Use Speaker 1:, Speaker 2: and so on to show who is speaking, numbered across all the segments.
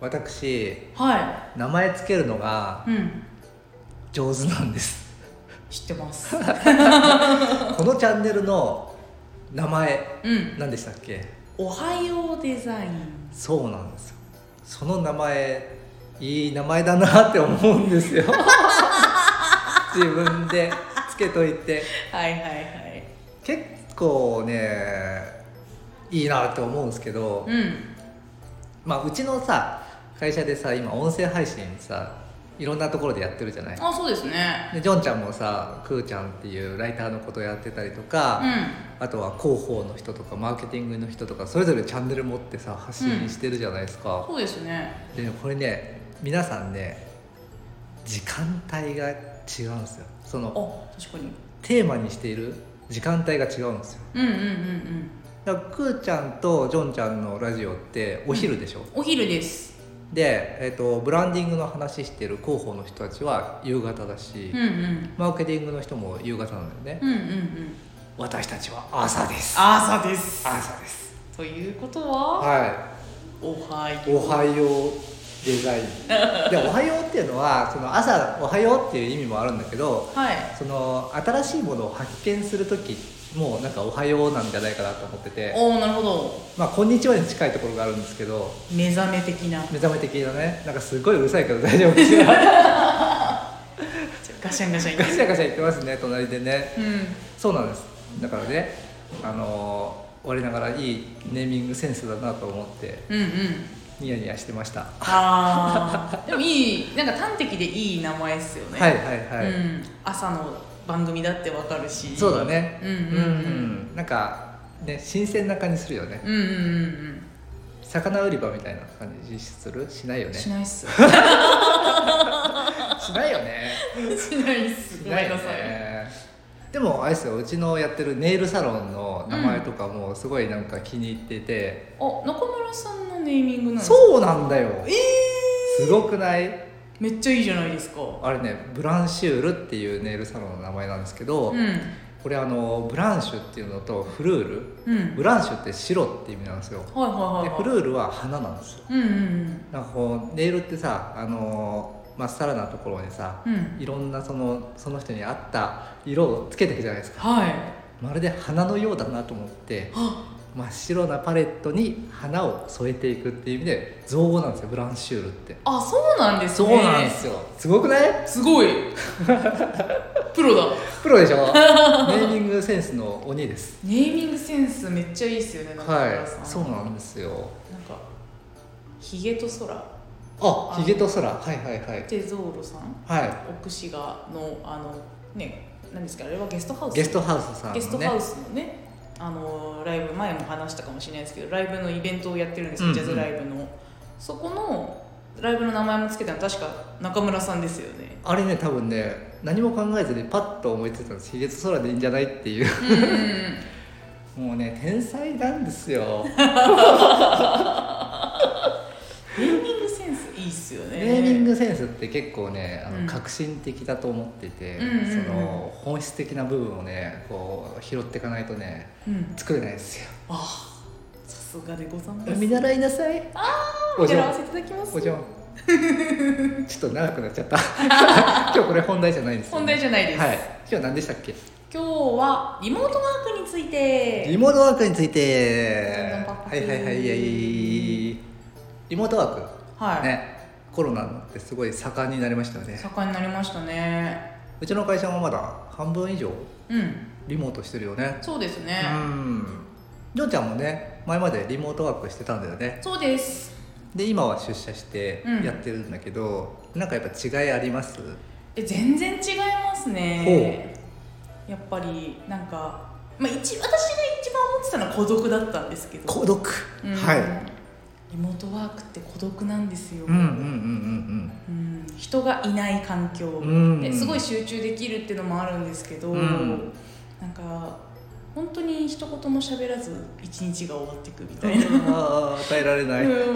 Speaker 1: 私
Speaker 2: は
Speaker 1: 名前つけるのが
Speaker 2: いうん
Speaker 1: 上手なんです
Speaker 2: 知ってます
Speaker 1: このチャンネルの名前
Speaker 2: うん
Speaker 1: 何でしたっけ
Speaker 2: おはようデザイン
Speaker 1: そうなんですよその名前いい名前だなって思うんです よ自分でつけといて
Speaker 2: はいはいはい
Speaker 1: 結構ねいいなって思うんですけど、
Speaker 2: うん
Speaker 1: まあ、うちのさ会社でさ今音声配信さいろんなところでやってるじゃない
Speaker 2: あそうですね
Speaker 1: でジョンちゃんもさくーちゃんっていうライターのことやってたりとか、
Speaker 2: う
Speaker 1: あとは広報の人とかマーケティングの人とかそれぞれチャンネル持ってさ発信してるじゃないで
Speaker 2: ん
Speaker 1: すか、
Speaker 2: そうですね
Speaker 1: でこれね皆さんね時間帯が違うんですよそ
Speaker 2: あ
Speaker 1: の
Speaker 2: 確かに
Speaker 1: テーマにしている時間帯が違うんですよ
Speaker 2: うんうんうんうん
Speaker 1: だからくーちゃんとジョンちゃんのラジオってお昼でしょ、
Speaker 2: お昼です
Speaker 1: で、えー、とブランディングの話してる広報の人たちは夕方だし、
Speaker 2: うんうん
Speaker 1: マーケティングの人も夕方なんだよね、
Speaker 2: うんうんうん
Speaker 1: 私たちは朝です
Speaker 2: 朝です
Speaker 1: 朝です
Speaker 2: ということは
Speaker 1: は
Speaker 2: おはい
Speaker 1: 「おはようデザイン」 で「おはよう」っていうのはその朝「おはよう」っていう意味もあるんだけど
Speaker 2: はい
Speaker 1: その新しいものを発見する時もなんか「おはよう」なんじゃないかなと思ってて
Speaker 2: おおなるほど
Speaker 1: まあ「こんにちは」に近いところがあるんですけど
Speaker 2: 目覚め的な
Speaker 1: 目覚め的なねなんかすごいうるさいけど大丈夫ですか
Speaker 2: ガシャンガシャン
Speaker 1: ガシャガシャ言ってますね隣でね
Speaker 2: うん
Speaker 1: そうなんですだからねあのー我ながらいいネーミングセンスだなと思って
Speaker 2: うんうん
Speaker 1: ニヤニヤしてました
Speaker 2: あーでもいいなんか端的でいい名前ですよね
Speaker 1: はいはいはい、
Speaker 2: うん、朝の番組だってわかるし
Speaker 1: そうだね
Speaker 2: うん
Speaker 1: うん、うん、なんかね新鮮な感じするよね
Speaker 2: うんうんうん
Speaker 1: 魚売り場みたいな感じするしないよ
Speaker 2: うん
Speaker 1: ね
Speaker 2: し
Speaker 1: し
Speaker 2: ないっ す
Speaker 1: ないよね
Speaker 2: しないっす
Speaker 1: し
Speaker 2: ご
Speaker 1: な
Speaker 2: め
Speaker 1: い
Speaker 2: ん
Speaker 1: よ
Speaker 2: なさい
Speaker 1: ねでもあれですようちのやってるネイルサロンの名前とかもすごいなんか気に入ってて、
Speaker 2: あ中村さんのネーミングなんですか
Speaker 1: そうなんだよ
Speaker 2: え
Speaker 1: すごくない
Speaker 2: ー、めっちゃいいじゃないですか
Speaker 1: あれねブランシュールっていうネイルサロンの名前なんですけど、
Speaker 2: うん
Speaker 1: これあのブランシュっていうのとフルール
Speaker 2: うん
Speaker 1: ブランシュって白って意味なんですよ
Speaker 2: はいはいはい
Speaker 1: で
Speaker 2: はい
Speaker 1: フルールは花なんですよ
Speaker 2: うんうん
Speaker 1: なんかこうネイルってさあのまっさらなところにさ
Speaker 2: うんうん
Speaker 1: いろんなそのその人に合った色をつけていくじゃないですか
Speaker 2: はい
Speaker 1: まるで花のようだなと思って
Speaker 2: あ
Speaker 1: 真っ白なパレットに花を添えていくっていう意味で造語なんですよブランシュールって
Speaker 2: あそうなんです
Speaker 1: そ
Speaker 2: ね
Speaker 1: うなんですよすごくない
Speaker 2: すごいプロだ
Speaker 1: プロでしょ ネーミングセンスの鬼です
Speaker 2: ネーミングセンスめっちゃいいっすよね中
Speaker 1: は
Speaker 2: 村さん、
Speaker 1: いそうなんですよ
Speaker 2: なんかヒゲと空
Speaker 1: あ
Speaker 2: あ
Speaker 1: ヒゲと空はいはいはい
Speaker 2: テゾーロさん
Speaker 1: は
Speaker 2: 奥志賀のあのね何ですかあれはゲストハウ
Speaker 1: い
Speaker 2: ス
Speaker 1: ゲストハウスさんの
Speaker 2: ゲ
Speaker 1: ね
Speaker 2: ストハウスのねあのライブ前も話したかもしれないですけどライブのイベントをやってるんですよ、
Speaker 1: うんうん
Speaker 2: ジャズライブのそこのライブの名前もつけたの確か中村さんですよね
Speaker 1: あれね多分ね何も考えずにパッと思いついたんですヒゲと空でいいんじゃないっていう
Speaker 2: うんうん
Speaker 1: もうね天才なんで すよ
Speaker 2: ネーミングセンスいいっすよね
Speaker 1: ネーミングセンスって結構ねあ
Speaker 2: うん
Speaker 1: の革新的だと思ってて、
Speaker 2: うんうんうん
Speaker 1: その本質的な部分をねこう拾っていかないとね
Speaker 2: うん
Speaker 1: 作れないですよ
Speaker 2: ああさすがでございます
Speaker 1: 見習いなさいああ
Speaker 2: おじゃらせていただきます
Speaker 1: お嬢ちょっと長くなっちゃった今日これ本題じゃないんですよ、ね、
Speaker 2: 本題じゃないです、
Speaker 1: はい今日何でしたっけ
Speaker 2: 今日はリモートワークについて
Speaker 1: リモートワークについて
Speaker 2: どんどんパッ
Speaker 1: は
Speaker 2: パッ
Speaker 1: いはいはいはいリモートワーク、
Speaker 2: はい、
Speaker 1: ねコロナってすごい盛んになりましたよね
Speaker 2: 盛んになりましたね
Speaker 1: うちの会社もまだ半分以上
Speaker 2: うん
Speaker 1: リモートしてるよね
Speaker 2: そうですね、
Speaker 1: うんジョンちゃんもね前までリモートワークしてたんだよね
Speaker 2: そうです
Speaker 1: で今は出社して
Speaker 2: うん
Speaker 1: やってるんだけど、なんかやっぱ違いあります
Speaker 2: え全然違いますねやっぱりなんか、まあ、一私が一番思ってたのは孤独だったんですけど、
Speaker 1: 孤独、
Speaker 2: うん
Speaker 1: はい
Speaker 2: リモートワークって孤独なんですよ、
Speaker 1: うんうんうん
Speaker 2: うん人がいない環境、
Speaker 1: うんうん
Speaker 2: ですごい集中できるっていうのもあるんですけど、
Speaker 1: うん
Speaker 2: なんか本当に一言も喋らず一日が終わっていくみたいな、
Speaker 1: ああ耐えられない、は
Speaker 2: うん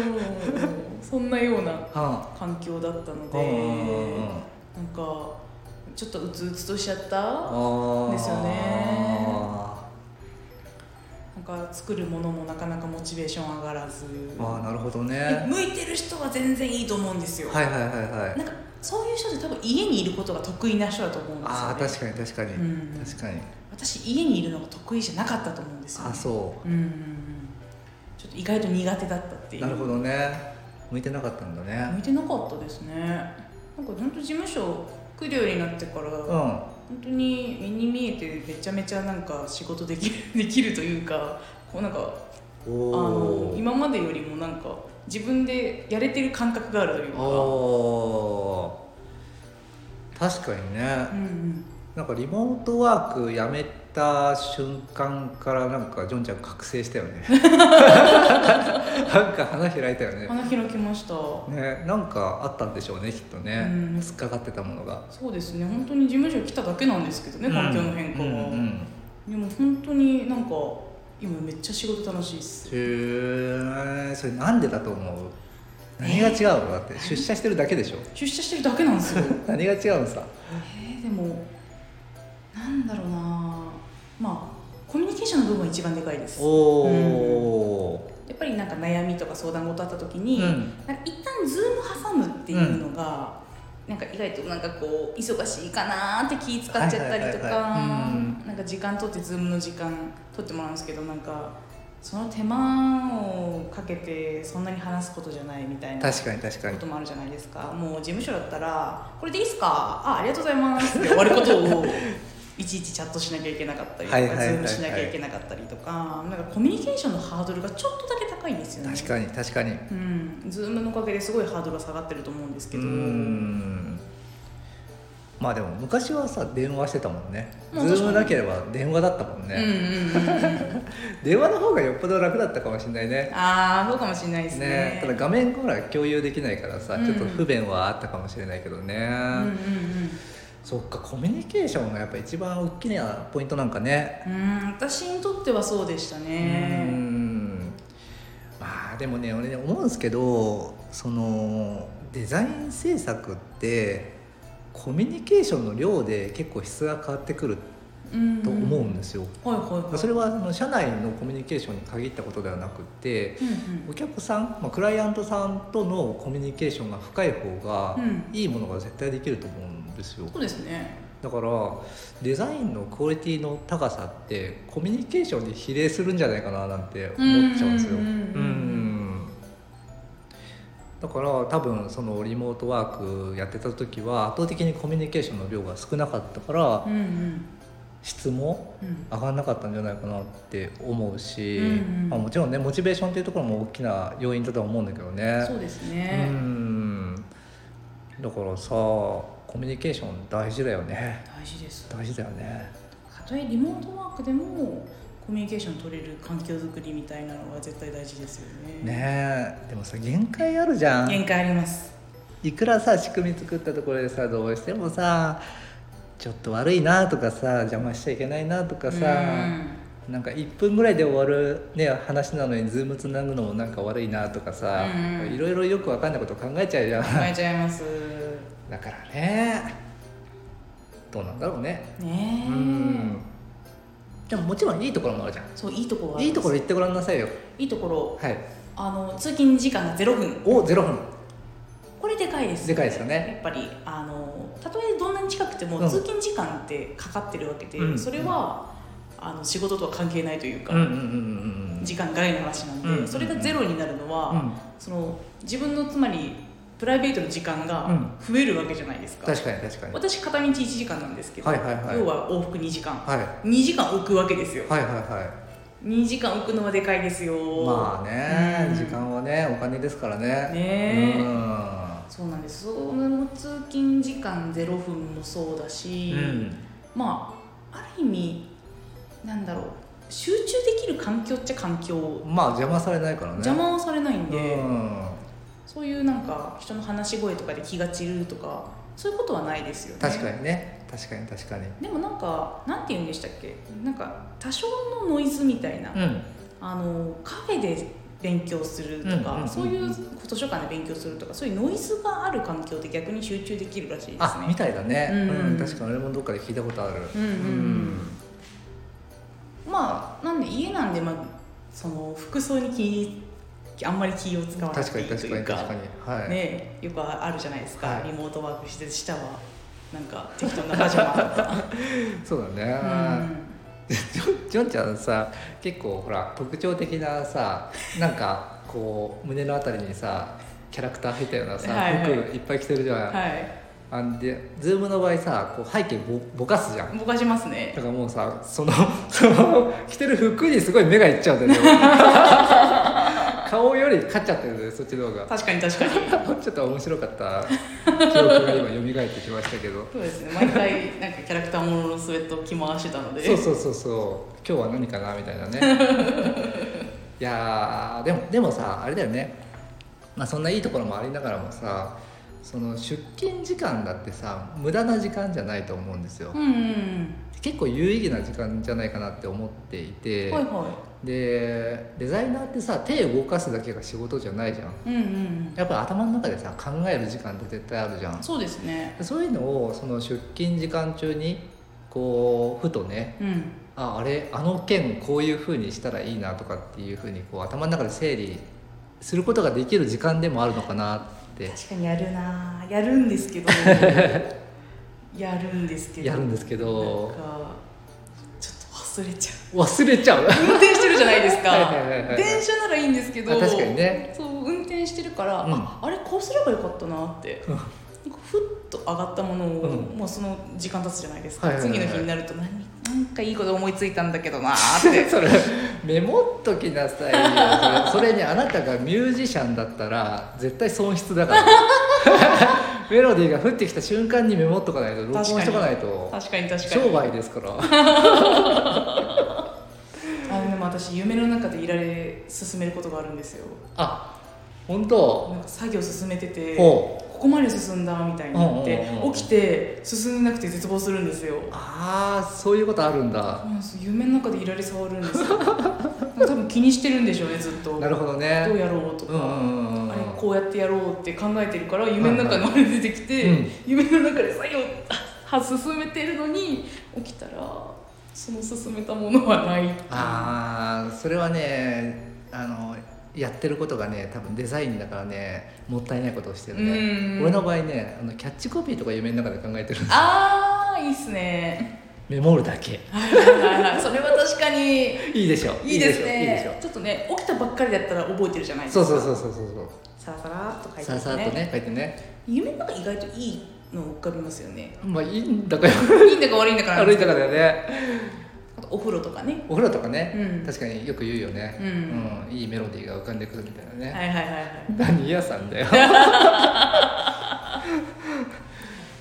Speaker 2: そんなような
Speaker 1: あ
Speaker 2: 環境だったの
Speaker 1: う
Speaker 2: で、
Speaker 1: んうんうん
Speaker 2: なんかちょっとうつうつとしちゃった
Speaker 1: ああ
Speaker 2: ですよねなんか作るものもなかなかモチベーション上がらず
Speaker 1: ああなるほど
Speaker 2: で
Speaker 1: ね
Speaker 2: 向いてる人は全然いいと思うんですよ、
Speaker 1: はいはいはいはい
Speaker 2: なんかそういう人って多分家にいることが得意な人だと思うんですよ、ね、
Speaker 1: ああ確かに確かに、
Speaker 2: うん
Speaker 1: 確かに
Speaker 2: 私家にいるのが得意じゃなかったと思うんですよ、ね、
Speaker 1: あそ
Speaker 2: うんうんうんちょっと意外と苦手だったって
Speaker 1: う
Speaker 2: いう
Speaker 1: なるほどね向いてなかったんだ
Speaker 2: 向
Speaker 1: ね
Speaker 2: いてなかったですねなんか本当事務所来るようになってから、
Speaker 1: うん
Speaker 2: 本当に目に見えてめちゃめちゃなんか仕事できる できるというかこうなんかあ
Speaker 1: お
Speaker 2: の
Speaker 1: お
Speaker 2: 今までよりもなんか自分でやれてる感覚があるというか
Speaker 1: おー確かにね、
Speaker 2: うん
Speaker 1: なんかリモートワークやめた瞬間からなんかジョンちゃん覚醒した よねなんか花開いたよ
Speaker 2: うん、
Speaker 1: ね
Speaker 2: 花開きました
Speaker 1: ねなんかあったんでしょうねきっとね、
Speaker 2: うん
Speaker 1: 突っかかってたものが
Speaker 2: そうですね本当に事務所来ただけなんですけどね環境の変化
Speaker 1: うんうん
Speaker 2: は、
Speaker 1: うん
Speaker 2: でも本当になんか今めっちゃ仕事楽しいっす
Speaker 1: へえそれなんでだと思う何が違うのだって出社してるだけでしょ
Speaker 2: 出社してるだけなん ですよ
Speaker 1: 何が違うのさ
Speaker 2: えー、でもなんだろうなまあコミュニケーションの部分は一番でかいです
Speaker 1: お
Speaker 2: や
Speaker 1: お
Speaker 2: っぱりなんか悩みとか相談事あった時
Speaker 1: ー
Speaker 2: に、
Speaker 1: うん
Speaker 2: なんか一旦ズーム挟むっていうのが、なんか意外となんかこう忙しいかなーって気使っちゃったりとか
Speaker 1: はいはいはいはいうん
Speaker 2: なんか時間取ってズームの時間取ってもらうんですけどなんかその手間をかけてそんなに話すことじゃないみたいなこ
Speaker 1: 確かに確かに
Speaker 2: ともあるじゃないですかもう事務所だったら「これでいいっすかあありがとうございます」って終わることをいちいちチャットしなきゃいけなかったりとか、
Speaker 1: はいはいはいはい
Speaker 2: ズームしなきゃいけなかったりとかなんかコミュニケーションのハードルがちょっとだけ高いんですよね。
Speaker 1: 確かに確かに
Speaker 2: うん、ズームのおかげですごいハードルが下がってると思うんですけ
Speaker 1: う
Speaker 2: ど、
Speaker 1: んまあでも昔はさ電話してたもんねズ
Speaker 2: まあ確かに
Speaker 1: ームなければ電話だったも
Speaker 2: うん
Speaker 1: ん
Speaker 2: うん
Speaker 1: ね、
Speaker 2: うんうん
Speaker 1: 電話の方がよっぽど楽だったかもしれないね
Speaker 2: ああそうかもしれないですね
Speaker 1: ねただ画面ほら共有できないからさ、
Speaker 2: うん
Speaker 1: ちょっと不便はあったかもしれないけどね、
Speaker 2: うんうん
Speaker 1: そっかコミュニケーションがやっぱ一番大きなポイントなんかね
Speaker 2: うんうん私にとってはそうでした
Speaker 1: うー
Speaker 2: ね
Speaker 1: んまあでもね俺ね思うんですけどそのデザイン制作ってコミュニケーションの量で結構質が変わってくる
Speaker 2: うん
Speaker 1: と思うんですよ、
Speaker 2: はいはいはい
Speaker 1: それはあの社内のコミュニケーションに限ったことではなくて
Speaker 2: うん
Speaker 1: お客さん、まあ、クライアントさんとのコミュニケーションが深い方が
Speaker 2: うん
Speaker 1: いいものが絶対できると思うんですよ
Speaker 2: うん、そうですね
Speaker 1: だからデザインのクオリティの高さってコミュニケーションに比例するんじゃないかななんて思っちゃうんですよ。
Speaker 2: ううんうん
Speaker 1: うん
Speaker 2: うん
Speaker 1: んだから多分そのリモートワークやってた時は圧倒的にコミュニケーションの量が少なかったから
Speaker 2: うんうん
Speaker 1: 質も
Speaker 2: うん
Speaker 1: 上がらなかったんじゃないかなって思うし、
Speaker 2: うんうん
Speaker 1: まあ、もちろんねモチベーションっていうところも大きな要因だとは思うんだけどね。
Speaker 2: そうです
Speaker 1: う
Speaker 2: ね
Speaker 1: んだからさコミュニケーション大事だよね。
Speaker 2: 大事です
Speaker 1: 大事だよね
Speaker 2: たとえリモートワークでもコミュニケーション取れる環境づくりみたいなのは絶対大事ですよね
Speaker 1: ねえでもさ限界あるじゃん
Speaker 2: 限界あります
Speaker 1: いくらさ仕組み作ったところでさどうしてもさちょっと悪いなとかさ邪魔しちゃいけないなとかさ
Speaker 2: うん
Speaker 1: なんか1分ぐらいで終わる、ね、話なのにズームつなぐのもなんか悪いなとかさ
Speaker 2: うん
Speaker 1: いろいろよくわかんないこと考えちゃうじゃん
Speaker 2: 考えちゃいます
Speaker 1: だからねどうなんだろうね
Speaker 2: ねえ
Speaker 1: うんでももちろんいいところもあるじゃん
Speaker 2: そういいところはあり
Speaker 1: いい
Speaker 2: ます
Speaker 1: ところ行ってごらんなさいよ
Speaker 2: いいところ
Speaker 1: はい
Speaker 2: あの通勤時間が0分
Speaker 1: おゼロ分
Speaker 2: これでかいです
Speaker 1: でかいですよね
Speaker 2: やっぱりあのたとえどんなに近くても、
Speaker 1: うん
Speaker 2: 通勤時間ってかかってるわけで、
Speaker 1: うん
Speaker 2: それはあの仕事とは関係ないというか、
Speaker 1: うんうんうんうんうん
Speaker 2: 時間外の話なんで、
Speaker 1: うん
Speaker 2: それがゼロになるのは、
Speaker 1: うん
Speaker 2: その自分のつまりプライベートの時間が
Speaker 1: うん
Speaker 2: 増えるわけじゃないですか,、
Speaker 1: 確かに確かに
Speaker 2: 私片道1時間なんですけど、
Speaker 1: はいはいはい
Speaker 2: 要は往復2時間、
Speaker 1: はい
Speaker 2: 2時間置くわけですよ
Speaker 1: はいはいは
Speaker 2: 2時間置くのはでかいですよ
Speaker 1: いまあね、
Speaker 2: うん
Speaker 1: 時間はねお金ですからね
Speaker 2: ねえ
Speaker 1: うん
Speaker 2: そうなんですその通勤時間0分もそうだし、
Speaker 1: うん
Speaker 2: まあある意味なんだろう集中できる環境っちゃ環境
Speaker 1: まあ邪魔されないからね
Speaker 2: 邪魔はされないんで、
Speaker 1: うん
Speaker 2: そういうなんか人の話し声とかで気が散るとかそういうことはないですよね
Speaker 1: 確かにね確かに確かに
Speaker 2: でもなんかなんて言うんでしたっけなんか多少のノイズみたいな、
Speaker 1: うん
Speaker 2: あのカフェで勉強するとか、
Speaker 1: うんうんうん
Speaker 2: そういう図書館で勉強するとかそういうノイズがある環境で逆に集中できるらしいですね
Speaker 1: あみたいだね、
Speaker 2: うん
Speaker 1: うん確かに俺もどっかで聞いたことある
Speaker 2: うんうんまあなんで家なんで、まあ、その服装に気あんまり気を使わな
Speaker 1: 確
Speaker 2: く
Speaker 1: か
Speaker 2: てい
Speaker 1: に
Speaker 2: いという
Speaker 1: 確かに
Speaker 2: か
Speaker 1: 確かにはい、
Speaker 2: ね、よくあるじゃないですか、
Speaker 1: はい
Speaker 2: リモートワークして下はなんか適当なパジャマ とか、
Speaker 1: そうだ
Speaker 2: う
Speaker 1: ね、
Speaker 2: ん
Speaker 1: ジョンジョンちゃんさ結構ほら特徴的なさなんかこう胸のあたりにさキャラクター入ったようなさ、
Speaker 2: はいはい
Speaker 1: 服いっぱい着てるじゃん、
Speaker 2: はい
Speaker 1: あんでズームの場合さこう背景ぼぼかすじゃん
Speaker 2: ぼかしますね
Speaker 1: だからもうさその その着てる服にすごい目がいっちゃうんだよね顔より勝っちゃってるんだよねそっちの方が
Speaker 2: 確かに確かに
Speaker 1: ちょっと面白かった記憶が今蘇ってきましたけど
Speaker 2: そうですね毎回なんかキャラクターもののスウェットを着回してたので
Speaker 1: そうそうそうそう今日は何かなみたいなねいやーでもでもさあれだよね、まあ、そんないいところもありながらもさその出勤時間だってさ無駄な時間じゃないと思うんですよ
Speaker 2: うんうん
Speaker 1: 結構有意義な時間じゃないかなって思ってい
Speaker 2: うん
Speaker 1: て、
Speaker 2: はいは
Speaker 1: でデザイナーってさ手動かすだけが仕事じゃないじゃん
Speaker 2: いうんうん
Speaker 1: やっぱ頭の中でさ考える時間って絶対あるじゃん
Speaker 2: そうですね
Speaker 1: そういうのをその出勤時間中にこうふとね
Speaker 2: うん
Speaker 1: ああれあの件こういうふうにしたらいいなとかっていうふうにこう頭の中で整理することができる時間でもあるのかなって
Speaker 2: 確かにやるなやるんです けどやるんですけど
Speaker 1: やるんですけど
Speaker 2: なんかちょっと忘れちゃう
Speaker 1: 忘れちゃう
Speaker 2: 運転してるじゃないですか
Speaker 1: はいはいはいはい
Speaker 2: 電車ならいいんですけど
Speaker 1: あ確かにね
Speaker 2: そう運転してるから、
Speaker 1: うん
Speaker 2: ああれこうすればよかったなってなんかふっと上がったものを、
Speaker 1: うん
Speaker 2: もうその時間経つじゃないですか、
Speaker 1: はいはいはい
Speaker 2: 次の日になると何なんかいいこと思いついたんだけどなーって
Speaker 1: それメモっときなさいよそれそれにあなたがミュージシャンだったら絶対損失だから メロディーが降ってきた瞬間にメモっとかないと録音しとかないと
Speaker 2: 確かに確かに
Speaker 1: 商売ですから
Speaker 2: あのでも私夢の中でいられ進めることがあるんですよ
Speaker 1: あ本当
Speaker 2: なんか作業進めててこ
Speaker 1: ほう
Speaker 2: こまで進んだみたいになって
Speaker 1: うんうんうんうん
Speaker 2: 起きて進んでなくて絶望するんですよ
Speaker 1: ああそういうことあるんだ
Speaker 2: そうなんです夢の中でいられ触るんです よ多分気にしてるんでしょうねずっと
Speaker 1: なるほどね
Speaker 2: どうやろうと
Speaker 1: うんう
Speaker 2: か、
Speaker 1: んうんうん
Speaker 2: あれこうやってやろうって考えてるから夢の中にあれ出てきて、
Speaker 1: うん
Speaker 2: 夢の中で作業は進めてるのに起きたらその進めたものはない
Speaker 1: ああそれはねあのやってることがね多分デザインだからねもったいないことをしてる
Speaker 2: う
Speaker 1: ね
Speaker 2: ん
Speaker 1: 俺の場合ねあのキャッチコピーとか夢の中で考えてる
Speaker 2: あーいいっすね
Speaker 1: メモるだけ
Speaker 2: はいはいはいそれは確かに
Speaker 1: いいでしょ
Speaker 2: いいです
Speaker 1: いいでしょいい
Speaker 2: ね
Speaker 1: でし
Speaker 2: ちょっとね起きたばっかりだったら覚えてるじゃない
Speaker 1: ょ
Speaker 2: です
Speaker 1: そ
Speaker 2: か
Speaker 1: うそうそうそうそうそう
Speaker 2: さらさらっと書いてる
Speaker 1: さあさあとね書いてね
Speaker 2: 夢の中意外といいの浮かびますよね
Speaker 1: まあいいんだから
Speaker 2: いいんだか悪いんだかなん
Speaker 1: 歩
Speaker 2: で
Speaker 1: い
Speaker 2: すけ
Speaker 1: た
Speaker 2: ど
Speaker 1: からだよね
Speaker 2: あとお風呂とかね
Speaker 1: お風呂とかね、
Speaker 2: うん
Speaker 1: 確かによく言うよね、
Speaker 2: うん
Speaker 1: うんいいメロディーが浮かんでくるみたいなね、
Speaker 2: はいはいはいはい
Speaker 1: 何屋さ んだよ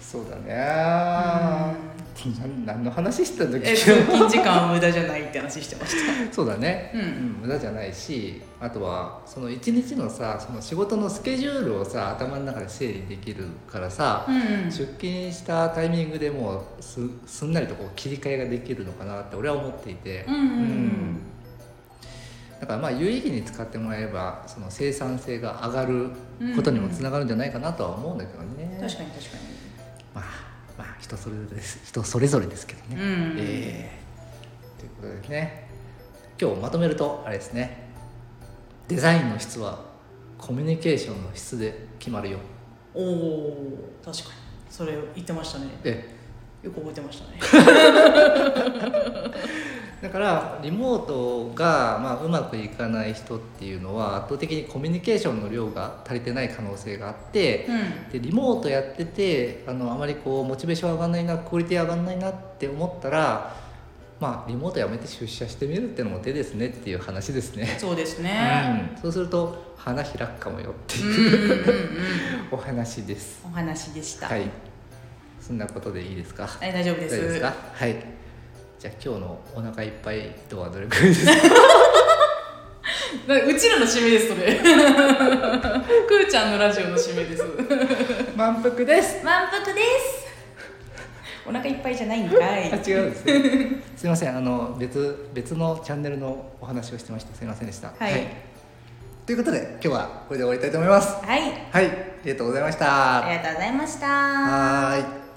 Speaker 1: そうだねなん何の話してたんだっ
Speaker 2: え
Speaker 1: け
Speaker 2: 通勤時間は無駄じゃないって話してました
Speaker 1: そうだね、
Speaker 2: うん
Speaker 1: 無駄じゃないしあとはその一日のさその仕事のスケジュールをさ頭の中で整理できるからさ、
Speaker 2: うん、
Speaker 1: 出勤したタイミングでもうすすんなりとこう切り替えができるのかなって俺は思っていて、
Speaker 2: うんうんうん
Speaker 1: だからまあ有意義に使ってもらえればその生産性が上がることにもつながるんじゃないかなとは思うんだけどね、
Speaker 2: 確かに確か
Speaker 1: まあまあ人それぞれです人それぞれですけど
Speaker 2: に
Speaker 1: ね、
Speaker 2: うん、
Speaker 1: ええということですね今日まとめるとあれですねデザインの質はコミュニケーションの質で決まるよ
Speaker 2: おお確かにそれ言ってましたね
Speaker 1: ええ
Speaker 2: よく覚えてましたね
Speaker 1: だからリモートが、まあ、うまくいかない人っていうのは圧倒的にコミュニケーションの量が足りてない可能性があって
Speaker 2: うん
Speaker 1: でリモートやっててあのあまりこうモチベーション上がんないなクオリティ上がんないなって思ったら、まあ、リモートやめて出社してみるってのも手ですねっていう話ですね。
Speaker 2: そうですね、
Speaker 1: うんそうすると花開くかもよって
Speaker 2: う、
Speaker 1: いうん
Speaker 2: うんうんうん
Speaker 1: お話です。
Speaker 2: お話でした、
Speaker 1: はい、そんなことでいいですか
Speaker 2: はい大丈夫
Speaker 1: 大丈夫ですかはいじゃあ今日のお腹いっぱい度はどれくらいですか
Speaker 2: だうちらの締めですそれ くーちゃんのラジオの締めです
Speaker 1: 満腹です
Speaker 3: 満腹です
Speaker 2: お腹いっぱいじゃないんかい
Speaker 1: あ違うんですね すいませんあの別別のチャンネルのお話をしてましたすいませんでした
Speaker 2: はい
Speaker 1: ということで今日はこれで終わりたいと思います
Speaker 3: はい
Speaker 1: はいありがとうございました
Speaker 3: ありがとうございました
Speaker 1: はーい